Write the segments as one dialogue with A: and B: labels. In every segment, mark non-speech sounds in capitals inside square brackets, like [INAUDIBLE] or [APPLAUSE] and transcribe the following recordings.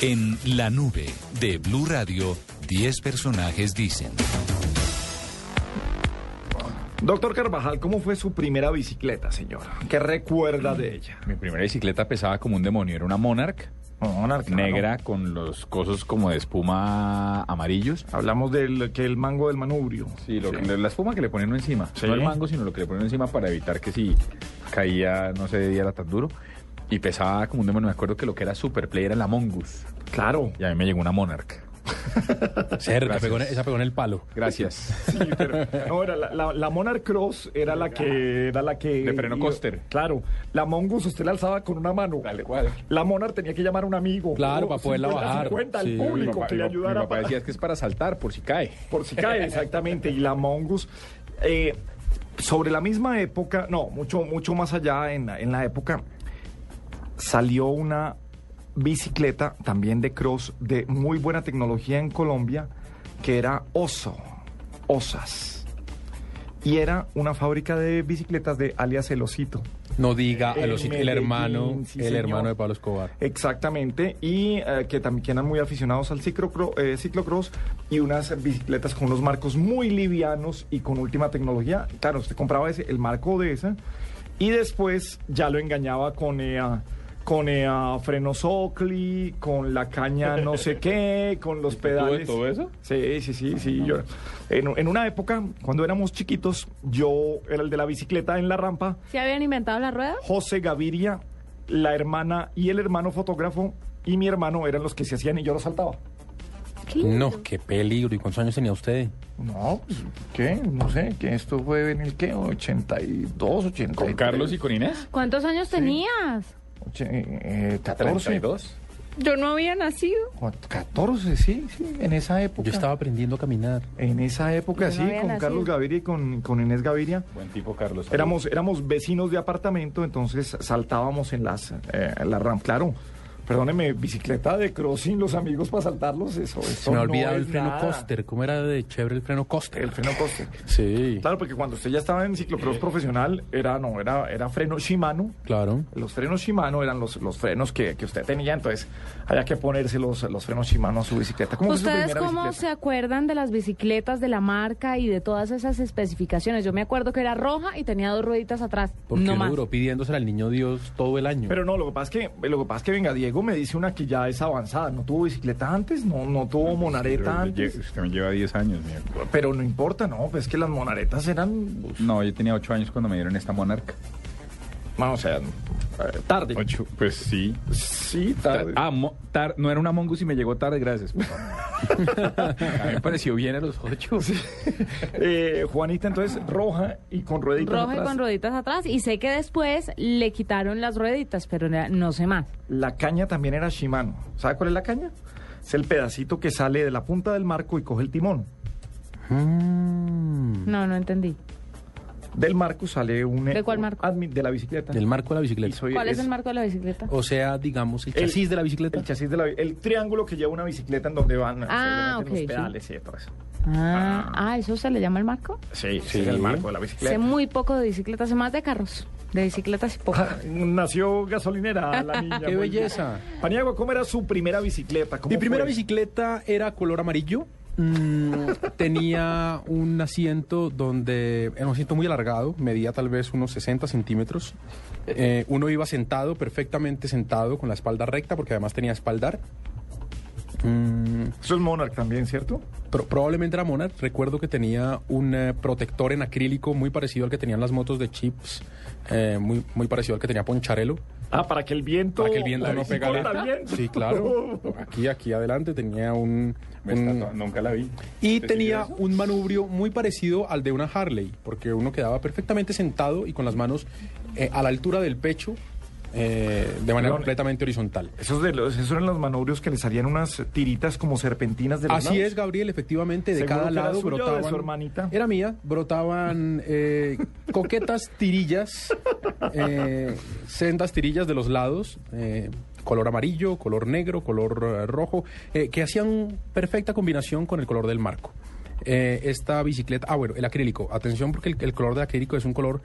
A: En la nube de Blue Radio, 10 personajes dicen.
B: Doctor Carvajal, ¿cómo fue su primera bicicleta, señor? ¿Qué recuerda de ella?
C: Mi primera bicicleta pesaba como un demonio, era una Monarch.
B: Oh,
C: Negra con los cosos como de espuma amarillos.
B: Hablamos del que el mango del manubrio.
C: Sí, lo que- la espuma que le ponen encima.
B: Sí.
C: No el mango, sino lo que le ponen encima para evitar que si caía, no se diera tan duro. Y pesaba como un demonio. Me acuerdo que lo que era Superplay era la Mongoose.
B: Claro.
C: Y a mí me llegó una [LAUGHS] Monarch.
D: Cerca,
C: Gracias.
D: pegó, en- esa pegó en el palo.
C: Gracias.
B: [LAUGHS] Sí, pero, no, era la, la, la Monarch Cross era la que... Era la que
C: De freno coster.
B: Claro. La Mongoose usted la alzaba con una mano.
C: Tal cual.
B: La Monarch tenía que llamar a un amigo.
D: Claro,
B: O
D: para poderla
B: 50,
D: bajar.
B: 50 al
D: Sí.
C: Mi
B: público
C: papá,
B: que le
C: mi papá- mi
B: ayudara.
C: papá
B: para-
C: decía es que es para saltar por si cae.
B: Por si cae, exactamente. Y la Mongoose. eh, sobre la misma época, no, mucho, mucho más allá en la, en la época, salió una bicicleta también de cross de muy buena tecnología en Colombia, que era Oso, Osas. Y era una fábrica de bicicletas de alias El Osito.
D: No diga
B: En
D: el, osito- el
B: Medellín,
D: hermano,
B: sí,
D: el
B: señor.
D: hermano de Pablo Escobar.
B: Exactamente, y eh, que también eran muy aficionados al ciclocro- eh, ciclocross y unas bicicletas con unos marcos muy livianos y con última tecnología. Claro, usted compraba ese, el marco de esa y después ya lo engañaba con, eh, ah, con eh, ah, freno Socli, con la
C: [LAUGHS]
B: caña no sé qué, con los pedales.
C: todo eso?
B: Sí, sí, sí, sí. yo- en, en una época, cuando éramos chiquitos, yo era el de la bicicleta en la rampa.
E: ¿Se habían inventado las ruedas?
B: José Gaviria, la hermana y el hermano fotógrafo y mi hermano eran los que se hacían y yo los saltaba.
D: No, qué peligro. ¿Y cuántos años tenía usted?
B: No, pues, ¿qué? No sé, que esto fue en el qué, 82, 83.
C: ¿Con Carlos y con Inés?
E: ¿Cuántos años tenías?
B: oche- eh, 14,
C: 32.
E: Yo no había nacido.
B: cua- 14, sí, sí, en esa época.
D: Yo estaba aprendiendo a caminar.
B: En esa época,
E: Yo no
B: sí,
E: había
B: con
E: nacido.
B: Carlos Gaviria y con, con Inés Gaviria.
C: Buen tipo, Carlos.
B: Éramos, éramos vecinos de apartamento, entonces saltábamos en las, eh, en la rampa. Claro, perdóneme, bicicleta de crossing, los amigos para saltarlos, eso,
D: Se
B: eso
D: me ha
B: Oh, no
D: olvidado el
B: es
D: freno
B: nada.
D: coster. ¿Cómo era de chévere el freno coster?
B: El freno coste.
D: Sí,
B: Claro, porque cuando usted ya estaba en ciclocross profesional, era, no, era, era freno Shimano.
D: claro.
B: Los frenos Shimano eran los, los frenos que, que usted tenía, entonces había que ponerse los, los frenos Shimano a su bicicleta. ¿Cómo fue su
E: ¿Ustedes
B: primera
E: cómo se
B: bicicleta?
E: acuerdan de las bicicletas, de la marca y de todas esas especificaciones? Yo me acuerdo que era roja y tenía dos rueditas atrás.
D: Porque
E: no
D: uno
E: más.
D: duró pidiéndosela al niño Dios todo el año.
B: Pero no, lo que pasa es que, lo que pasa es que venga, Diego me dice una que ya es avanzada, no tuvo bicicleta antes, no, no tuvo monareta antes.
C: Usted me lleva 10 años, mira.
B: Pero no importa, no, pues es que las monaretas eran,
C: No, yo tenía 8 años cuando me dieron esta Monarch.
B: bueno, o sea, eh, tarde.
C: Ocho, pues sí.
B: Sí, tarde.
C: Ah, mo- tar- no era una mongus y me llegó tarde, gracias. papá. a mí me pareció bien a los ocho.
B: [LAUGHS] Eh, Juanita, entonces, roja y con rueditas
E: Roja y
B: atrás.
E: con rueditas atrás. Y sé que después le quitaron las rueditas, pero na- no sé más.
B: La caña también era Shimano. ¿Sabe cuál es la caña? Es el pedacito que sale de la punta del marco y coge el timón.
D: Mm.
E: No, no entendí.
B: Del marco sale un...
E: ¿De cuál
B: un
E: marco?
B: admin de la bicicleta.
D: El marco de la
B: Y
D: bicicleta.
B: soy-
E: ¿Cuál es el marco de la bicicleta?
B: Oh.
D: O sea, digamos, el
B: El-
D: chasis de la bicicleta.
B: El chasis de la... El triángulo que lleva una bicicleta en donde van...
E: Ah,
B: obviamente,
E: ok,
B: Los pedales y todo eso.
E: Ah, ah, ¿eso se le llama el marco?
B: Sí, sí, es el marco de la
E: Sé
B: bicicleta.
E: muy poco de bicicletas, sé más de carros. De bicicletas y poco.
B: Ah, Nació gasolinera
D: [LAUGHS]
B: la niña.
D: ¡Qué
B: muy bien.
D: belleza!
B: Paniagua, ¿cómo era su primera bicicleta? ¿Cómo
D: Mi primera
B: fue?
D: bicicleta era color amarillo. Mm, [LAUGHS] tenía un asiento donde era un asiento muy alargado, medía tal vez unos 60 centímetros. Eh, uno iba sentado, perfectamente sentado, con la espalda recta, porque además tenía espaldar. Mm,
B: Eso es Monarch también, ¿cierto?
D: pro- probablemente era Monarch. Recuerdo que tenía un eh, protector en acrílico muy parecido al que tenían las motos de chips, eh, muy, muy parecido al que tenía Poncharelo.
B: Ah, para que el viento...
D: Para que el viento
B: la
D: no
B: bicicleta
D: pegara.
B: viento. [LAUGHS]
D: Sí, claro. Aquí, aquí adelante tenía un. un-
C: Nunca la vi.
D: Mm.
C: Pues
D: y tenía un manubrio muy parecido al de una Harley, porque uno quedaba perfectamente sentado y con las manos eh, a la altura del pecho, eh, de manera
B: Perdón.
D: completamente horizontal.
B: Esos, de los, esos eran los manobrios que le salían unas tiritas como serpentinas de los
D: Así
B: lados.
D: es, Gabriel, efectivamente, de
B: ¿Seguro
D: cada
B: que era
D: lado
B: suyo o de
D: brotaban.
B: su hermanita?
D: Era mía, brotaban eh, coquetas tirillas, eh, sendas tirillas de los lados, eh, color amarillo, color negro, color eh, rojo, eh, que hacían perfecta combinación con el color del marco. Eh, esta bicicleta, ah bueno, el acrílico, atención porque el, el color del acrílico es un color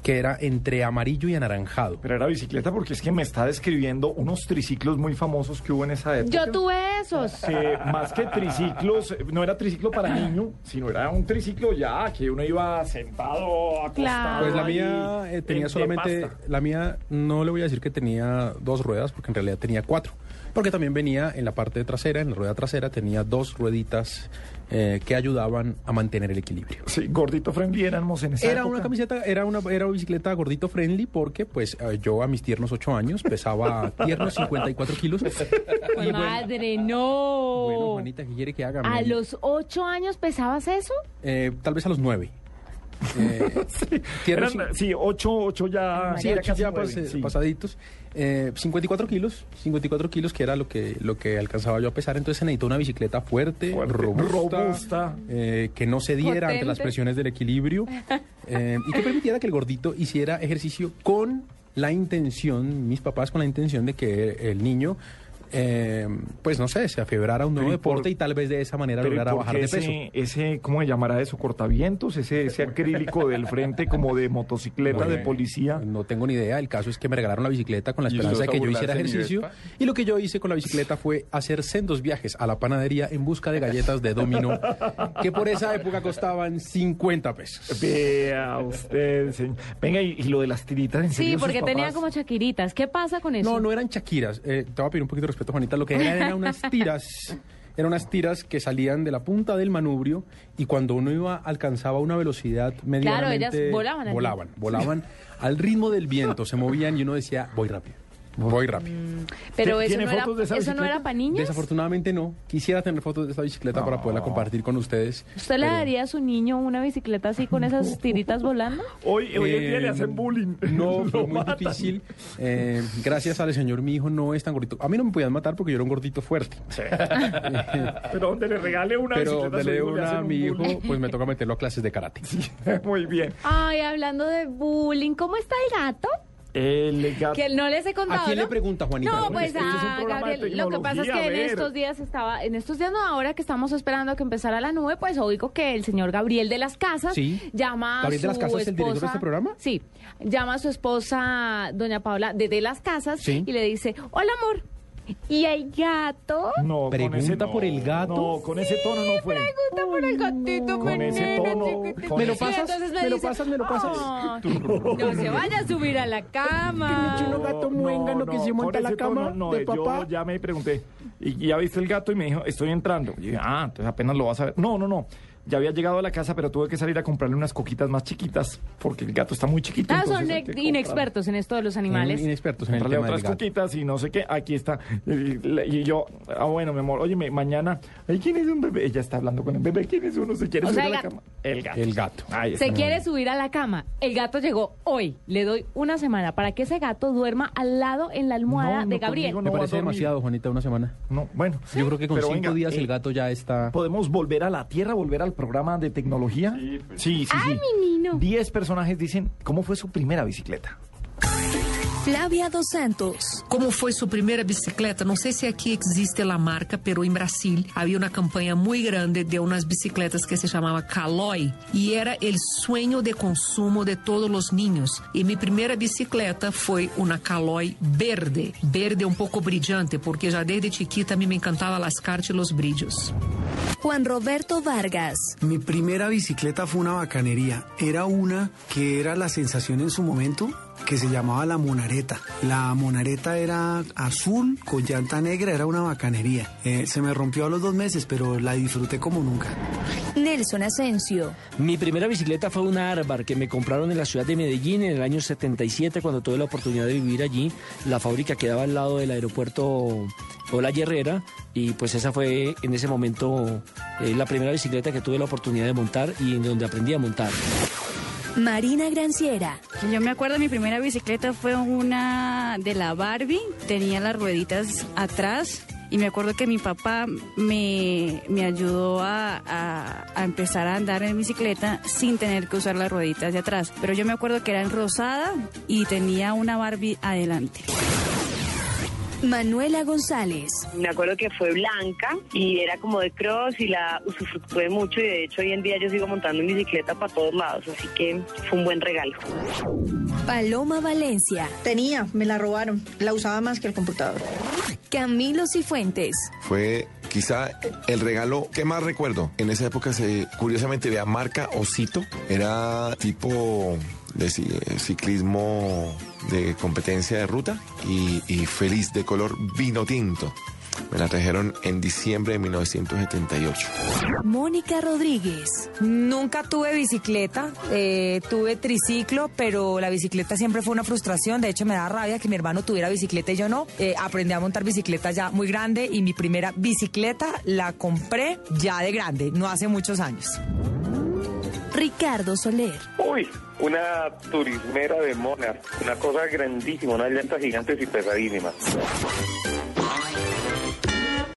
D: que era entre amarillo y anaranjado.
B: Pero era bicicleta porque es que me está describiendo unos triciclos muy famosos que hubo en esa época.
E: Yo tuve esos.
B: Eh, más que triciclos, eh, no era triciclo para niño, sino era un triciclo ya que uno iba sentado, acostado.
E: Claro.
D: Pues la
B: ahí,
D: mía eh, tenía
B: en- de
D: solamente,
B: pasta.
D: la mía no le voy a decir que tenía dos ruedas, porque en realidad tenía cuatro. Porque también venía en la parte trasera, en la rueda trasera tenía dos rueditas eh, que ayudaban a mantener el equilibrio.
B: Sí, gordito friendly éramos en esa
D: Era
B: época.
D: una camiseta, era una, era una bicicleta gordito friendly porque pues eh, yo a mis tiernos ocho
B: [LAUGHS]
D: años pesaba tiernos 54 kilos. Y bueno,
E: Madre, no.
D: bueno, Juanita, ¿qué quiere que haga?
E: ¿A
D: Me-
E: los ocho años pesabas eso?
D: eh, tal vez a
B: [LAUGHS]
D: los nueve. Eh, tiernos
B: Eran, sí, 8, 8 ya.
E: Sí,
D: Ah, Sí,
B: era
D: aquí
B: casi
D: ya
B: nueve,
D: pas-
B: sí.
D: pasaditos. Eh, 54 kilos, 54 kilos que era lo que, lo que alcanzaba yo a pesar. Entonces se necesitó una bicicleta fuerte,
B: Fuerte,
D: robusta,
B: robusta.
D: eh, que no se diera ante las
E: Potente.
D: presiones del equilibrio eh, y que permitiera que el gordito hiciera ejercicio con la intención, mis papás con la intención de que el niño... eh, pues no sé, se afebrara a un nuevo
B: Pero ¿y por-
D: deporte y tal vez de esa manera
B: Pero ¿y
D: lograra
B: por
D: bajar
B: qué
D: de peso.
B: Ese, ese, ¿cómo se llamará eso? Cortavientos, ese, ese acrílico del frente como de motocicleta
D: Bueno,
B: de policía.
D: No tengo ni idea. El caso es que me regalaron la bicicleta con la
C: ¿Y
D: esperanza
C: usted
D: de que
C: usa
D: yo hiciera
C: burlarse en
D: ejercicio.
C: Ibepa?
D: Y lo que yo hice con la bicicleta fue hacer sendos viajes a la panadería en busca de galletas de domino, que por esa época costaban 50 pesos.
B: Vea usted, señor. Venga, y, y lo de las tiritas, en
E: Sí,
B: serio, sus
E: porque tenía
B: papás?
E: como chaquiritas. ¿Qué pasa con eso?
D: No, no eran Shakiras. Eh, te voy a pedir un poquito de respeto, Juanita. Lo que eran eran unas tiras. Eran unas tiras que salían de la punta del manubrio y cuando uno iba alcanzaba una velocidad medianamente...
E: ellas volaban al
D: Volaban, volaban al ritmo del viento. Se movían y uno decía, voy rápido, voy rápido.
E: Pero
B: ¿Tie-
E: eso,
B: tiene
E: no era,
B: fotos de esa
E: eso no
B: bicicleta?
E: era para niños.
D: Desafortunadamente no. Quisiera tener fotos de esta bicicleta para poderla compartir con ustedes. Eh,
E: ¿Usted le
D: pero-
E: daría a su niño una bicicleta así con esas tiritas volando?
B: Hoy, hoy en día le
D: Eh,
B: hacen bullying. [LAUGHS]
D: No,
B: Lo
D: fue muy
B: matan.
D: difícil. Eh, gracias al señor, mi hijo no es tan gordito. A mí no me podían matar porque yo era un gordito fuerte.
B: Pero donde le regale una
D: Pero
B: bicicleta a
D: de
B: su
D: leer
B: hijo, le
D: una
B: hacen
D: a
B: un
D: mi
B: bullying. [LAUGHS]
D: hijo, pues me toca meterlo a clases de karate.
B: Muy bien.
E: Ay, hablando de bullying, ¿cómo está el gato?
B: El gato.
E: Que no les he contado.
D: ¿A quién le
E: ¿no?
D: pregunta, Juanita? Eh,
E: No,
D: Porque
E: pues
B: este es un
E: a
B: programa de
E: Gabriel. Lo que pasa es que
B: tecnología,
E: en
B: a ver.
E: estos días estaba, en estos días no, ahora que estamos esperando que empezara la nube, pues oigo que el señor Gabriel de las Casas
D: Sí.
E: llama a
D: ¿Gabriel de las
E: su
D: Casas es el director de
E: esposa-
D: este programa?
E: Sí, llama a su esposa, doña Paula, de, de las Casas,
D: Sí.
E: y le dice, hola amor, ¿y el gato?
B: No, con
D: Pregunta
B: ese-
D: por el gato.
B: No, con ese tono no fue.
E: Pregunta por el gatito,
B: Con
E: menina,
B: ese tono,
E: chiquitito.
B: con ¿Me lo
E: Y
D: pasas?
E: entonces
D: ¿Me lo pasas? ¿Me lo pasas?
E: "Ay, No se vaya a subir
D: [LAUGHS]
E: a la cama.
D: Chino
B: No,
D: gato muéngano que se
B: con
D: monta a la
B: ese
D: cama de papá.
B: eh, Yo ya me pregunté, ¿y ya viste el gato? Y me dijo, estoy entrando. Y dije, ah, entonces apenas lo vas a ver. No, no, no. Ya había llegado a la casa, pero tuve que salir a comprarle unas coquitas más chiquitas, porque el gato está muy chiquito.
E: Ah, son
B: entonces hay
E: ex-
B: que comprar-
E: inexpertos en esto de los
D: Son
E: animales.
D: Inexpertos en el
B: Comprarle
D: tema del
B: otras
D: gato.
B: coquitas y no sé qué. Aquí está. Y, y- y yo, ah, bueno, mi amor, oye, me- mañana, ay, ¿quién es un bebé? Ella está hablando con el bebé. ¿Quién es uno? ¿Se quiere
E: O
B: subir
E: sea, el
B: a la
E: gato.
B: cama? El gato.
D: El gato.
B: Ahí está.
E: Se quiere subir a la cama. El gato llegó hoy. Le doy una semana para que ese gato duerma al lado en la almohada
B: No, no,
E: de Gabriel.
B: conmigo
D: Me
B: No va a
D: parece
B: dormir.
D: demasiado, Juanita, una semana.
B: No, bueno.
D: Yo creo que con
B: Pero
D: cinco
B: venga,
D: días
B: eh,
D: el gato ya está...
B: ¿Podemos volver a la Tierra, volver al programa de tecnología? Sí, sí, sí.
E: ¡Ay, menino!
B: Diez personajes dicen, ¿cómo fue su primera bicicleta?
F: Flávia dos Santos.
G: Como foi sua primeira bicicleta? Não sei se aqui existe a marca, pero em Brasil havia uma campanha muito grande de umas bicicletas que se chamava Caloi e era o sonho de consumo de todos os niños. E minha primeira bicicleta foi uma Caloi verde, verde um pouco brilhante, porque já desde chiquita a mim me encantava lascar-te os brilhos.
F: Juan Roberto Vargas.
H: Mi primera bicicleta fue una bacanería. Era una que era la sensación en su momento que se llamaba la monareta. La monareta era azul con llanta negra, era una bacanería. Eh, se me rompió a los dos meses, pero la disfruté como nunca.
F: Nelson Asensio.
I: Mi primera bicicleta fue una Arbar que me compraron en la ciudad de Medellín en el año 77 cuando tuve la oportunidad de vivir allí. La fábrica quedaba al lado del aeropuerto Olaya Herrera y pues esa fue en ese momento eh, la primera bicicleta que tuve la oportunidad de montar y en donde aprendí a montar.
F: Marina Granciera.
J: Yo me acuerdo, mi primera bicicleta fue una de la Barbie, tenía las rueditas atrás y me acuerdo que mi papá me, me ayudó a, a- a empezar a andar en bicicleta sin tener que usar las rueditas de atrás. Pero yo me acuerdo que era en rosada y tenía una Barbie adelante. Manuela González.
G: Me acuerdo que fue blanca y era como de cross y la usufructué mucho y de hecho hoy en día yo sigo montando en bicicleta para todos lados, así que fue un buen regalo.
J: Paloma Valencia.
K: Tenía, me la robaron. La usaba más que el computador.
J: Camilo Cifuentes.
L: Fue quizá el regalo que más recuerdo. En esa época se curiosamente la marca Osito. Era tipo de ci- ciclismo de competencia de ruta y, y feliz de color vino tinto. Me la trajeron en diciembre de 1978.
J: Mónica Rodríguez.
M: Nunca tuve bicicleta, eh, tuve triciclo, pero la bicicleta siempre fue una frustración. De hecho, me da rabia que mi hermano tuviera bicicleta y yo no. Eh, aprendí a montar bicicleta ya muy grande y mi primera bicicleta la compré ya de grande, no hace muchos años.
J: Ricardo Soler.
N: Uy, una turismera de Mona, una cosa grandísima, unas llantas gigantes y pesadísimas.